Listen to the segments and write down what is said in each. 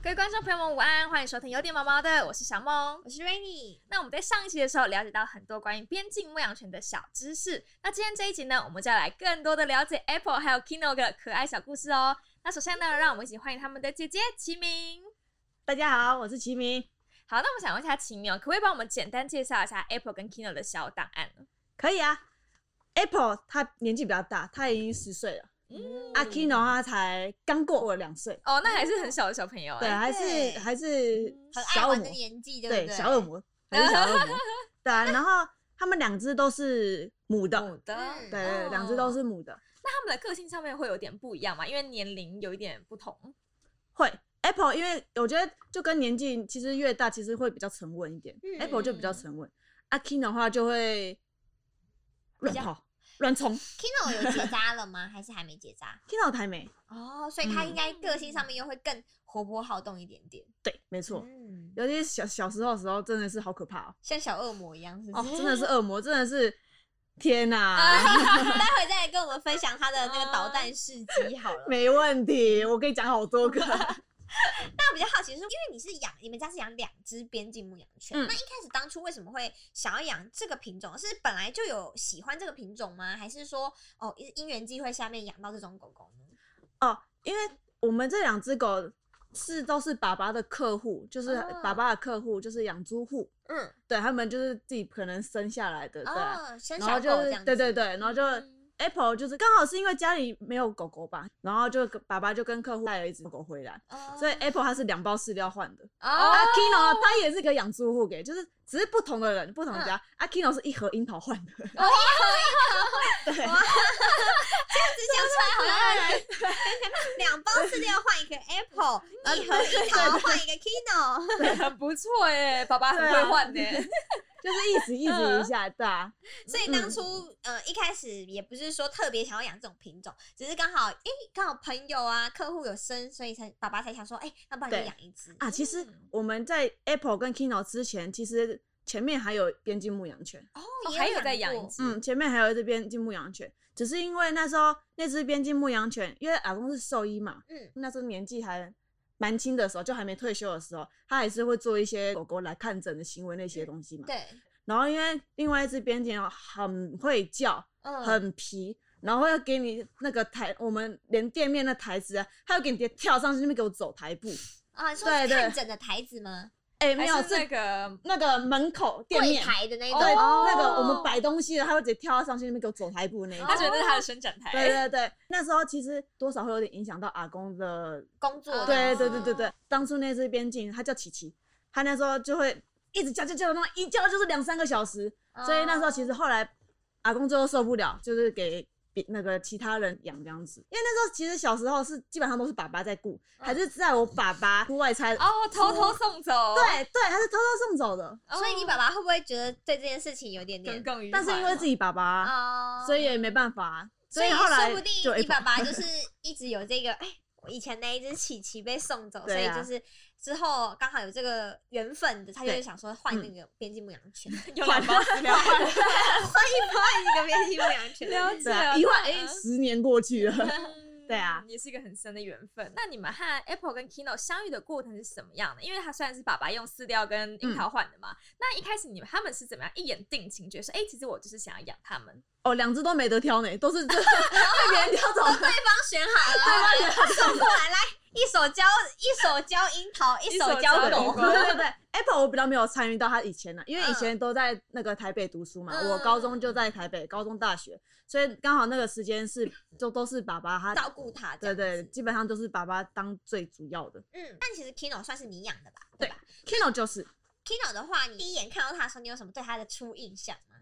各位观众朋友们，午安！欢迎收听有点毛毛的，我是小梦。我是 Rainy，那我们在上一期的时候了解到很多关于边境牧羊犬的小知识，那今天这一集呢，我们就要来更多的了解 Apple 还有 Kino 的可爱小故事哦。那首先呢，让我们一起欢迎他们的姐姐齐明。大家好，我是齐明。好，那我们想问一下齐明哦，可不可以帮我们简单介绍一下 Apple 跟 Kino 的小档案呢？可以啊，Apple 他年纪比较大，他已经十岁了。嗯阿 Kino 他才刚过我两岁，嗯哦，那还是很小的小朋友对，啊哎。还对嗯是还是很爱小恶玩魔的，年纪，对不对对？小恶 魔还是小恶魔，对啊。然后他们两只都是母的，母的，对嗯对，哦对两只都是母的。那他们的个性上面会有点不一样嘛？因为年龄有一点不同。会 Apple，因为我觉得就跟年纪其实越大，其实会比较沉稳一点。嗯 Apple 就比较沉稳，阿 Kino 的话就会乱比较跑乱冲。 Kino 有结扎了吗？ 还是还没结扎？ Kino 台没哦，所以他嗯应该个性上面又会更活泼好动一点点。对，没错。嗯，尤其是小小时候的时候，真的是好可怕哦、像小恶魔一样，是不哦，是？真 的是啊恶魔，真的是天哪、啊待会再来跟我们分享他的那个导弹事迹好了。没问题，我可以讲好多个。 那我比较好奇是，因为你是养你们家是养两只边境牧羊犬，嗯那一开始当初为什么会想要养这个品种？是本来就有喜欢这个品种吗？还是说哦因缘机会下面养到这种狗狗呢？哦，因为我们这两只狗是都是爸爸的客户，就是哦爸爸的客户，就是养猪户，嗯，对他们就是自己可能生下来的，对啊、哦，生然小后狗就这是样子，对对对，然后就。嗯 Apple 就是刚好是因为家里没有狗狗吧，然后就跟爸爸就跟客户带了一只狗回来，哦所以 Apple 它是两包饲料换的。哦，啊阿 Kino 他也是个养猪户给，就是只是不同的人不同的嗯家，阿 Kino 是一盒樱桃换的。哦一盒樱哇桃，只讲出来好像有点两包饲料换一个 apple，一呃盒樱桃换一个 kino，很 不错哎，爸爸很对啊会换呢。对，就是意思意嗯思一下，对啊，所以当初呃一开始也不是说特别想要养这种品种，只是刚好诶刚好朋友啊客户有生，所以才爸爸才想说哎，那不然就对养一只嗯啊，其实我们在 Apple 跟 Kino 之前，其实前面还有边境牧羊犬，哦哦还有在养一过只，嗯，前面还有一只边境牧羊犬，只是因为那时候那只边境牧羊犬，因为阿公是兽医嘛，嗯那时候年纪还蛮轻的时候，就还没退休的时候，他还是会做一些狗狗来看诊的行为那些东西嘛。对然后因为另外一只边境很会叫，嗯很皮，然后要给你那个台，我们连店面的台子啊，他要给你跳上去那边给我走台步。啊说对是对看诊的台子吗？哎、还没有是是哦那个那个门口店柜面，台的那对，种哦那个我们摆东西的，他会直接跳上去那边给我走台步那一种。他觉得那是他的伸展台。对对对，那时候其实多少会有点影响到阿公的。工哦作的，对对对对对，当初那次边境，他叫琪琪，他那时候就会一直叫叫叫，那么一叫就是两三个小时，哦所以那时候其实后来阿公最后受不了，就是给别那个其他人养这样子。因为那时候其实小时候是基本上都是爸爸在顾，还是在我爸爸出外差。嗯哦，偷偷送走，对，对，他是偷偷送走的，哦所以你爸爸会不会觉得对这件事情有点点耿耿于怀但是因为自己爸爸啊，哦，所以也没办法啊。所以后来说不定就你 Apple 爸 爸就是一直有这个，哎，我以前那一只琪琪被送走，所对以啊就是之后刚好有这个缘分的，他就对是想说换那个边境牧羊 犬，有两 包饲料换啊了。换一个边境牧羊 犬。了解对啊，了一换对哎，啊十年过去 了。对啊嗯也是一个很深的缘分。那你们和 Apple 跟 Kino 相遇的过程是什么样的？因为他虽然是爸爸用饲料跟樱桃换的嘛，嗯那一开始你们他们是怎么样一眼定情，觉得说，哎、其实我就是想要养他们。哦，两只都没得挑呢，都是 就是被别人挑走的。哦对啊方选好了，送过来，来一手交一手交樱桃，一手交一手交狗 狗对对对，Apple 我比较没有参与到他以前啊呢，因为以前都在那个台北读书嘛，嗯我高中就在台北，高中大学，所以刚好那个时间是就都是爸爸他，照顾它，这对样子对，，基本上都是爸爸当最主要的。嗯。但其实 Kino 算是你养的吧？对吧 Kino 就是。 ？Kino 的话，你第一眼看到它的时候，你有什么对它的初印象吗？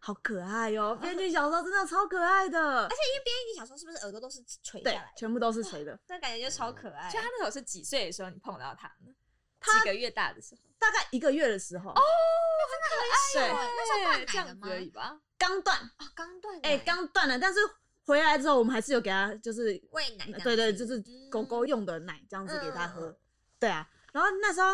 好可爱哟、编剧小时候真的超可爱的，因为你小时候是不是耳朵都是垂下对来，？全部都是谁的？那感觉就超可爱所以。他那时候是几岁的时候你碰到他呢？他几个月大的时候，哎大概一个月的时候，哦，真的很对，哎那时候对断这奶了样吗子而已吧。刚断，啊，刚断奶，哎、刚断了，但是回来之后我们还是有给他就是喂奶这样子，呃对对，就是嗯狗狗用的奶这样子给它喝。嗯对啊，然后那时候，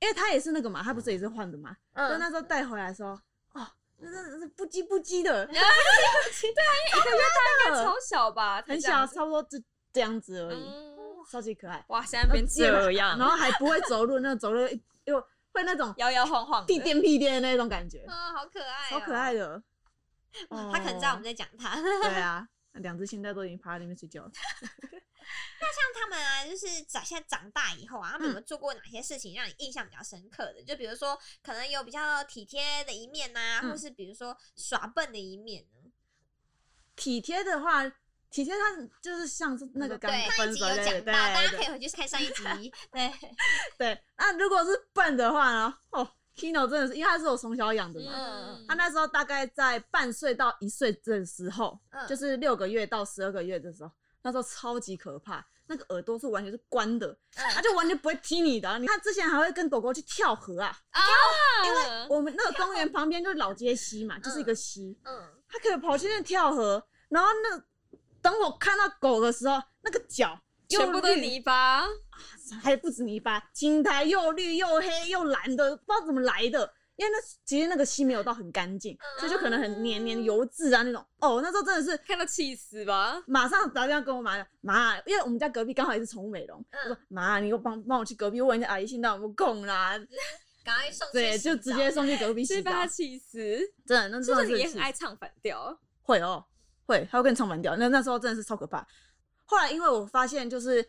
因为它也是那个嘛，它不是也是换的嘛，嗯就那时候带回来的时候，哦，那那那不叽不叽 的，对啊，因为一个月大应该超小吧，才很这样小，子差不多就这样子而已。嗯嗯哦超级可爱。哇，现在变这啊样然，后还不会走路，那种走路 又会那种摇摇晃晃屁的。颠屁颠的那种感觉，啊，好可爱，超可爱。哦的。哇他可能知道我们在。在讲他。 对啊，两只现在都已经趴在里面睡觉了。像他们啊，就是长现在长大以后啊，他们有嗯没有做过哪些事情让你印象比较深刻的？就比如说，可能有比较体贴的一面呐、嗯或是比如说耍笨的一面呢？体贴的话，体贴它就是像是那个刚嗯对，上一分集手有的讲对到，大家可对以回去看上一 集。对，对。那如果是笨的话呢？哦，Kino 真的是，因为他是我从小养的嘛。嗯他那时候大概在半岁到一岁的时候，嗯就是六个月到十二个月的时候，那时候超级可怕，那个耳朵是完全是关的，嗯他就完全不会听你的啊。你看之前还会跟狗狗去跳河啊，因为我们那个公园旁边就是老街溪嘛，就是一个溪，嗯，它可以跑去那跳河，然后那个等我看到狗的时候，那个脚又全部都是绿泥巴，还不止泥巴，青苔又绿又黑又蓝的，不知道怎么来的。因为那其实那个溪没有到很干净，嗯所以就可能很黏黏油渍啊那种。哦，那时候真的是看到气死吧。马上打电话跟我妈讲，妈，因为我们家隔壁刚好也是宠物美容，嗯我说妈，你给我帮帮我去隔壁问一下阿姨现在有没有空啦，赶快送去对，洗就直啊接澡送去隔壁洗是澡把。他气死，真的，那是真不的是你也气很爱唱反调？会哦，会，他会跟你唱反调。那那时候真的是超可怕。后来因为我发现，就是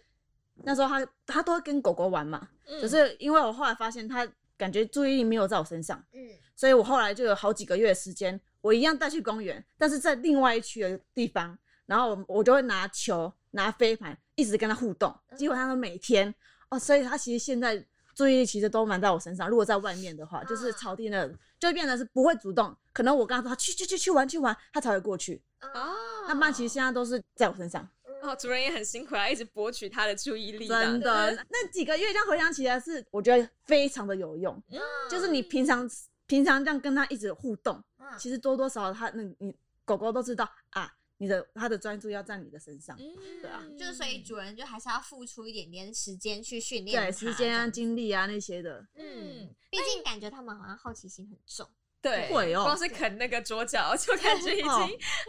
那时候他他都会跟狗狗玩嘛，可是因为我后来发现他感觉注意力没有在我身上，嗯所以我后来就有好几个月的时间，我一样带去公园，但是在另外一区的地方，然后我我就会拿球、拿飞盘，一直跟他互动，基本上都每天哦，所以他其实现在注意力其实都蛮在我身上。如果在外面的话，就是草地那就会变得是不会主动，可能我跟他说去去去去玩去玩，他才会过去。哦那曼奇现在都是在我身上，哦，主人也很辛苦啊，一直博取他的注意力这样。真 的。那几个月这样回想起来是，我觉得非常的有用，嗯就是你平常平常这样跟他一直互动，嗯其实多多少少他那你狗狗都知道啊，你的它的专注要在你的身上，嗯对啊就是所以主人就还是要付出一点点时间去训练它对，时间这啊、样子精力啊那些 的，嗯嗯，毕竟感觉他们好像好奇心很重。对，会哦光是啃那个桌角就感觉已经哦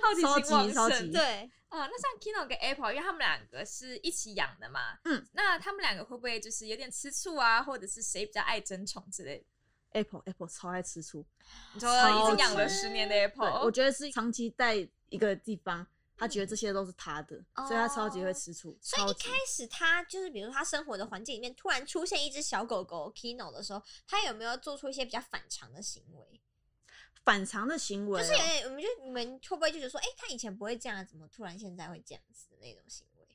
好奇超级心旺超盛。级对对，啊，那像 Kino 跟 Apple，因为他们两个是一起养的嘛，嗯，那他们两个会不会就是有点吃醋啊，或者是谁比较爱争宠之类的？ Apple Apple 超爱吃醋，你说已经养了超级十年的对哦 Apple，我觉得是长期在一个地方，他觉得这些都是他的，所以他超级会吃醋，嗯哦所以超一级开始他就是，比如说他生活的环境里面突然出现一只小狗狗 Kino 的时候，他有没有做出一些比较反常的行为？反常的行为就哦、是有点，我们就你们会不会就觉得说，哎、他以前不会这样，怎么突然现在会这样子的那种行为？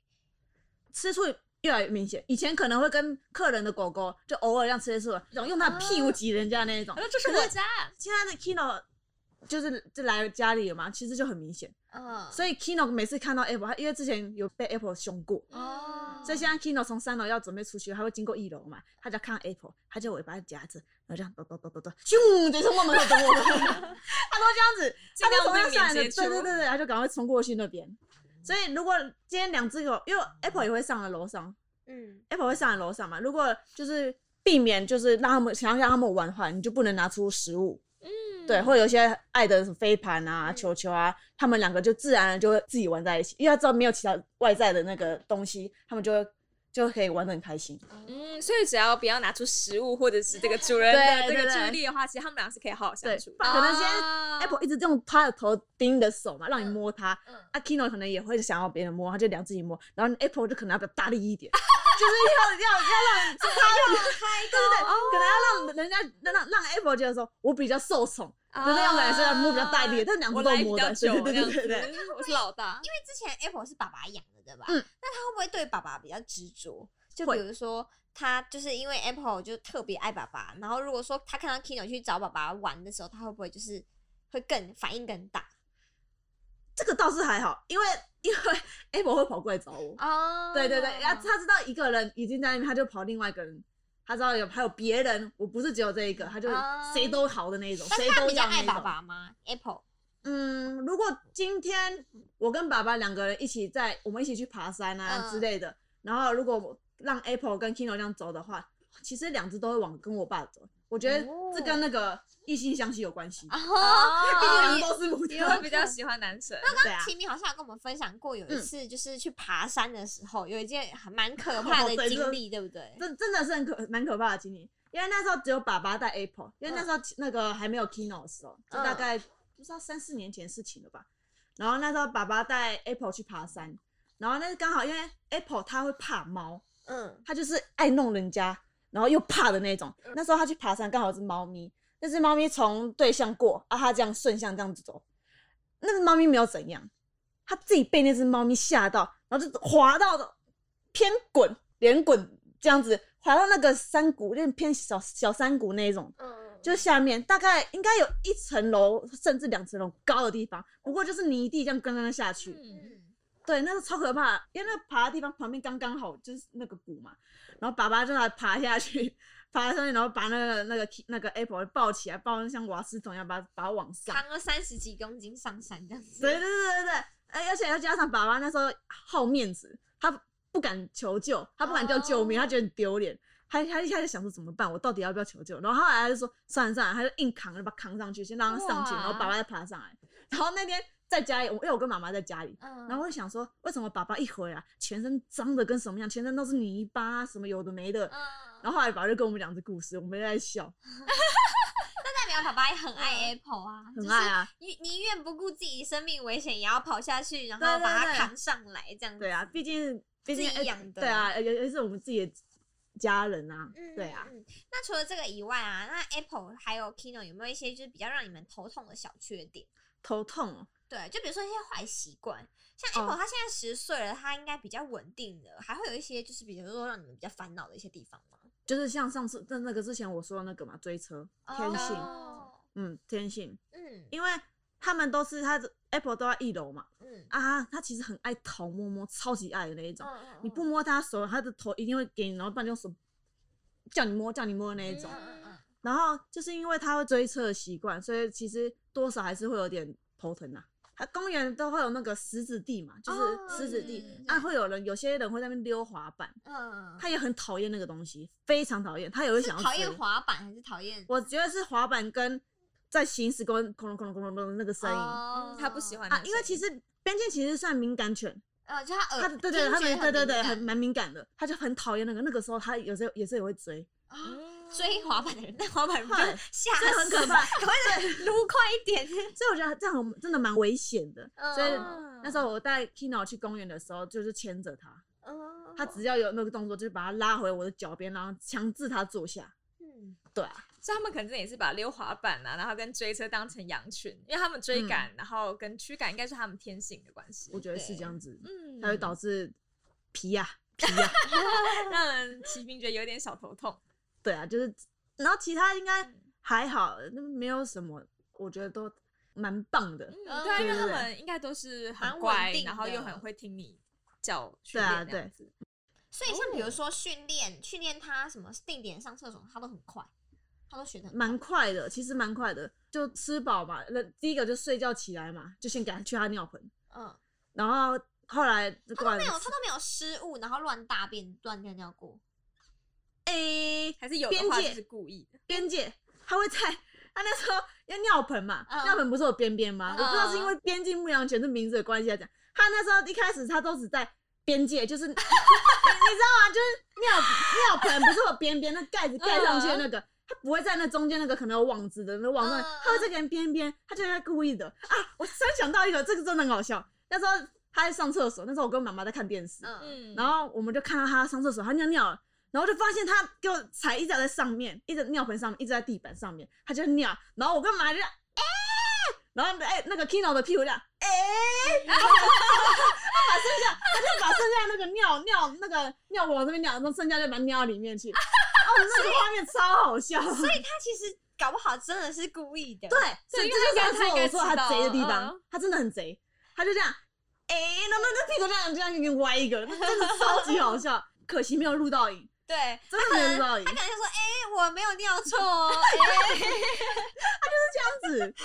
吃醋越来越明显。以前可能会跟客人的狗狗就偶尔这样吃醋，这种用它的屁啊股挤人家那一种他。说这是我家，啊现在的 Kino 就是就来家里了嘛，其实就很明显。嗯，所以 Kino 每次看到 Apple，他因为之前有被 Apple 凶过，哦所以现在 Kino 从三楼要准备出去，他会经过一楼嘛，他就看到 Apple，他就尾巴夹着，然后这样抖抖抖抖抖，咻，就冲过门口等我们，他都 这样子，尽他量都从那避免上来的，接对触对对对，他就赶快冲过去那边。所以如果今天两只狗，因为 Apple 也会上来楼上， 嗯， Apple 会上来楼上嘛？如果就是避免就是让他们想要让他们玩的话，你就不能拿出食物，嗯对，或者有一些爱的什么飞盘啊、嗯球球啊，他们两个就自然而然就会自己玩在一起，因为他知道没有其他外在的那个东西，他们就会就可以玩的很开心。嗯，所以只要不要拿出食物或者是这个主人的这对对个对注意力的话，其实他们俩是可以好好相对处的。可能今天哦 Apple 一直用他的头盯你的手嘛，让你摸它。嗯嗯啊，Kino 可能也会想要别人摸，他就两自己摸，然后 Apple 就可能要比较大力一 点，就是要要要让开对哎对对，哦可能要让人家让让 Apple 觉得说我比较受宠，啊就那样感觉要摸比较大力，但两哦我只都来比摸较的，对久，对这样对子对对。， 我是老大，因为之前 Apple 是爸爸养的，对吧？嗯，那他会不会对爸爸比较执着？就比会如说，他就是因为 Apple 就特别爱爸爸，然后如果说他看到 Kino 去找爸爸玩的时候，他会不会就是会更反应更大？这个倒是还好，因为因为 Apple 会跑过来找我，哦对对对，然后他知道一个人已经在那边，他就跑另外一个人。他知道有还有别人，我不是只有这一个，他就啊谁都好的那一种，但谁是他都比较要那爱一爸种。爸吗？Apple 嗯，如果今天我跟爸爸两个人一起在，我们一起去爬山啊嗯之类的，然后如果我让 Apple 跟 Kino 这样走的话，其实两只都会往跟我爸走。我觉得这跟那个异性相吸有关系，哦，毕竟哦两个都是母因为我的，比 较喜欢男生，对啊，齐明好像有跟我们分享过，有一嗯次就是去爬山的时候，有一件很蛮可怕的哦对这经历，对不对？真真的是很可蛮可怕的经历，因为那时候只有爸爸带 Apple，因为嗯那时候那个还没有 Kino 的时候，就大概不知道三四年前的事情了吧。然后那时候爸爸带 Apple 去爬山，然后那是刚好因为 Apple 他会怕猫，嗯，他就是爱弄人家，然后又怕的那种嗯。那时候他去爬山，刚好是猫咪，那只猫咪从对象过啊，他这样顺向这样子走，那只猫咪没有怎样，他自己被那只猫咪吓到，然后就滑到的偏滚连滚这样子滑到那个山谷，那偏小小山谷那一种。嗯，就是下面大概应该有一层楼甚至两层楼高的地方，不过就是泥地这样刚刚下去，嗯，对，那是超可怕的，因为那个爬的地方旁边刚刚好就是那个谷嘛，然后爸爸就来爬下去， 爬上去，然后把那个那个 key- 那个 apple 抱起来，抱得像瓦斯桶一样，把它把它往上。扛了三十几公斤上山这样子，对对对对对，哎而且要加上爸爸那时候好面子，他不敢求救，他不敢叫救命，哦他觉得很丢脸。他他一开始想说怎么办，我到底要不要求救？然后后来他就说算了算了，他就硬扛，就把他扛上去，先让他上去，然后哇爸爸再爬上来。然后那天在家里，我因为我跟妈妈在家里，嗯，然后我就想说，为什么爸爸一回来，全身脏的跟什么样，全身都是泥巴啊、什么有的没的。嗯，然后后来爸爸就跟我们讲这故事，我们就在笑，代表爸爸也很爱 Apple 啊，嗯很爱啊，你宁愿不顾自己生命危险，也要跑下去，然后对对把它对扛上来，这样子。对啊，毕竟毕自竟己哎养的对啊，尤尤其是我们自己的家人啊，嗯，对啊，嗯。嗯那除了这个以外啊，那 Apple 还有 Kino 有没有一些就是比较让你们头痛的小缺点？头痛哦，对，就比如说一些坏习惯，像哦 Apple 他现在十岁了，他应该比较稳定了，还会有一些就是比如说让你们比较烦恼的一些地方吗？就是像上次那那个之前我说的那个嘛，追车天性，哦嗯，天性，嗯因为他们都是他的 Apple 都在一楼嘛，嗯啊，他其实很爱头摸摸，超级爱的那一种，嗯，你不摸他手，他的头一定会给你，然后不然就用手叫你摸叫你摸的那一种。嗯嗯嗯然后就是因为他会追车的习惯，所以其实多少还是会有点头疼啊。他公园都会有那个石子地嘛，就是石子地，嗯啊，会有人有些人会在那边溜滑板，嗯，他也很讨厌那个东西，非常讨厌，他也会是想要讨厌追，滑板还是讨厌我觉得是滑板跟在行驶过程空隆空隆空隆的那个声音、哦嗯他不喜欢啊，因为其实边境其实算敏感犬，呃，就他耳他对对，他们对对对，很很蛮敏感的，他就很讨厌那个。那个时候他有时候也是也会追，追哦滑板的人，但滑板人 就对吓这很可怕。 赶快撸快一点。所以我觉得这样很真的蛮危险的。所以嗯那时候我带 Kino 去公园的时候，就是牵着他，嗯他只要有那个动作，就是把他拉回我的脚边，然后强制他坐下。嗯对啊，所以他们可能真的也是把溜滑板啊，然后跟追车当成羊群，因为他们追赶，然后跟驱赶应该是他们天性的关系嗯我。觉得是这样子，嗯，才会导致皮呀、皮啊呀、让人骑兵觉得有点小头痛。对啊，就是然后其他应该还好，那没有什么，我觉得都蛮棒的。嗯，对啊，因为对对他对们应该都是很蛮稳乖定，然后又的很会听你叫训对啊练这样对子。所以像比如说训练，训练他什么定点上厕所，他都很快，他都学的蛮快的，其实蛮快的，就吃饱嘛。那第一个就睡觉起来嘛，就先给他去他尿盆，嗯，然后后来就哦他过都来没有，他都没有失误，然后乱大便、乱尿尿过。诶还是有的话边就界是故意的，边界，他会在他那时候要尿盆嘛，嗯尿盆不是有边边吗？嗯我不知道是因为边境牧羊犬这名字的关系来讲，他那时候一开始他都只在边界，就是 你你知道吗？就是尿尿盆不是有边边，那盖子盖上去的那个。他不会在那中间那个可能有网子的那网上面嗯嗯嗯嗯，他会在跟边边，他就在故意的啊！我突然想到一个，这个真的很好笑。那时候他在上厕所，那时候我跟妈妈在看电视，嗯嗯，然后我们就看到他上厕所，他尿尿了，然后就发现他给我踩一直在上面，一直尿盆上面，一直在地板上面，他就尿，然后我跟妈就哎、然后哎、那个 Kino 的屁股这样哎、他把剩下他就把剩下那个尿尿那个尿往这边尿，然后剩下就把它尿到里面去，哦，那个画面超好笑，所以他其实搞不好真的是故意的。对，所以这就是因我为说他我应该说他贼的地知道方，他真的很贼，他就这样，哎、然后那那屁股这样这样给你歪一个，那真的超级好笑，可惜没有录到影。对，真的没有录到影，他可能就说：“哎，我没有尿错 哦。这样子，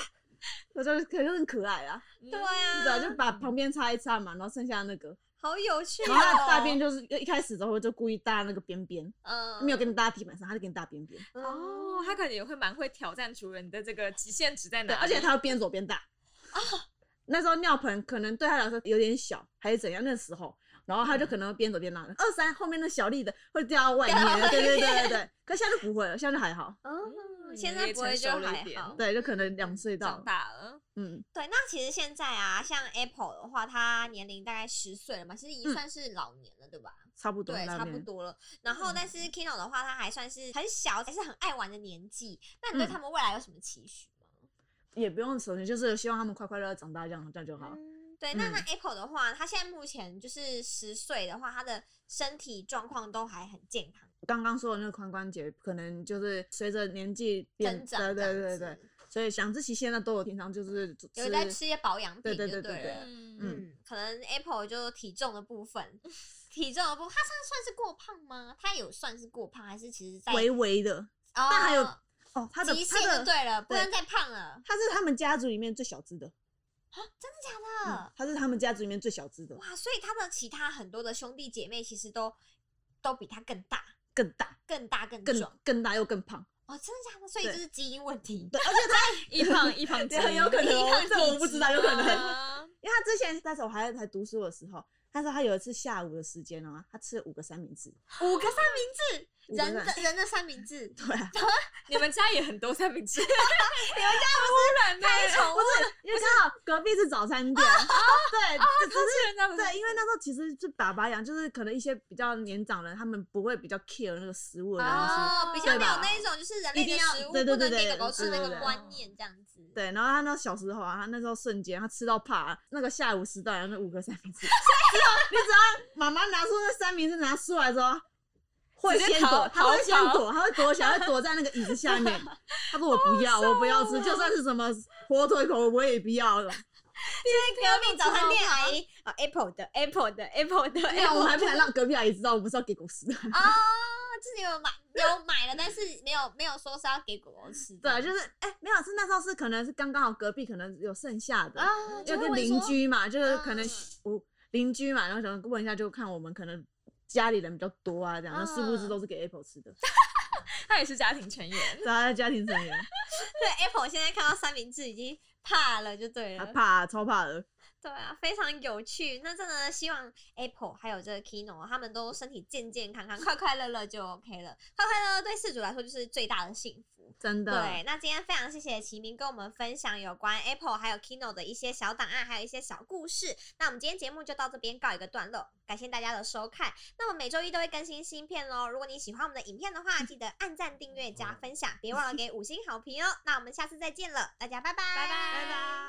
我觉得可能很可爱啊，嗯对对啊，啊，就把旁边擦一擦嘛，然后剩下那个，好有趣哦！然后它的大便就是一开始的时候就故意搭那个边边，嗯没有给你搭地板上，它就给你搭边边。哦，他可能也会蛮会挑战主人的这个极限值在哪对，里，而且它会边走边大。啊 那时候尿盆可能对他来说有点小，还是怎样？那时候，然后他就可能边走边大。二三后面那小力的会掉到外掉到面，对对对对对。可现在就不会了，现在就还好。哦，嗯现你在也不会成就熟了一还点好。对，就可能两岁到长，大了，嗯，对，那其实现在啊，像 Apple 的话，它年龄大概十岁了嘛，其实已嗯经算是老年了，对吧？差不多，对，那差不边。嗯多了。然后，但是 Kino 的话，他还算是很小，还是很爱玩的年纪。那你对嗯他们未来有什么期许吗？也不用首先就是希望他们快快乐乐长大，这样这样就好。嗯对，那那 Apple 的话，他现在目前就是十岁的话，他的身体状况都还很健康，刚刚说的那个髋关节，可能就是随着年纪变增，对长这样对子。对对，所以想自己现在都有平常就是吃有在吃一些保养品，对对对对对对了嗯，嗯，可能 Apple 就体重的部分，体重的部分，他算算是过胖吗？他有算是过胖，还是其实在微微的哦，但还有哦，他的极限他就的对了，不对能再胖了，他是他们家族里面最小只的，真的假嗯的？，他是他们家族里面最小只的，哇，所以他的其他很多的兄弟姐妹其实都都比他更大、更大、更大、更更壮更大又更胖，哦，真的假的？所以这对是基因问题，对，而且他一胖一 胖也很有可能一样哦，这我不知道， 有可能，能。因为他之前那时候我还还读书的时候，他说他有一次下午的时间哦，他吃了五个三明治， 五个三明治，五个人的三人的三 ，明治对 啊，你们家也很多三明 治，你们家 污染呢？太宠物了，因为刚好隔壁是早餐店， 对，哦 只只不是人家不是对，因为那时候其实是爸爸养，就是可能一些比较年长的人，他们不会比较 care 那个食物的东西。哦，比较对没有吧那一种就是人类一定的要食物对对不能对给对狗狗吃那对个对观念这样子。 对，然后他那小时候啊，他那时候瞬间他吃到怕、啊那个下午时段啊那五个三明治，只 要你只要妈妈拿出那三明治拿出来之后，会直接先逃躲，他会逃先跑躲，他会躲起来，会躲在那个椅子下面。他说我不要，我不要吃，就算是什么火腿口我也不要了。隔壁早餐 店阿姨啊，Apple 的 Apple 的 Apple 的哎，我 Apple 们还不想让隔壁阿姨知道，我们是要给狗吃的。啊，自己有买有买了，但是没有没有说是要给狗狗吃的。对，就是哎、没有，是那时候是可能是刚刚好隔壁可能有剩下的，啊，就就会是问邻说，居嘛，就是可能嗯我邻居嘛，然后想问一下，就看我们可能家里人比较多啊，这样，那是不是嗯都是给 Apple 吃的？他也是家庭成员，对啊，家庭成 员，对 Apple 现在看到三明治已经怕了，就对他了。啊怕超怕的，对啊，非常有趣。那真的希望 Apple 还有这个 Kino 他们都身体健健康康、快快乐乐就 OK 了。快快乐乐对事主来说就是最大的幸福。真的对，，那今天非常谢谢齐明跟我们分享有关 Apple 还有 Kino 的一些小档案，还有一些小故事。那我们今天节目就到这边告一个段落，感谢大家的收看。那我们每周一都会更新新片哦，如果你喜欢我们的影片的话，记得按赞、订阅、加分享，别忘了给五星好评哦。那我们下次再见了，大家拜拜，拜拜拜拜。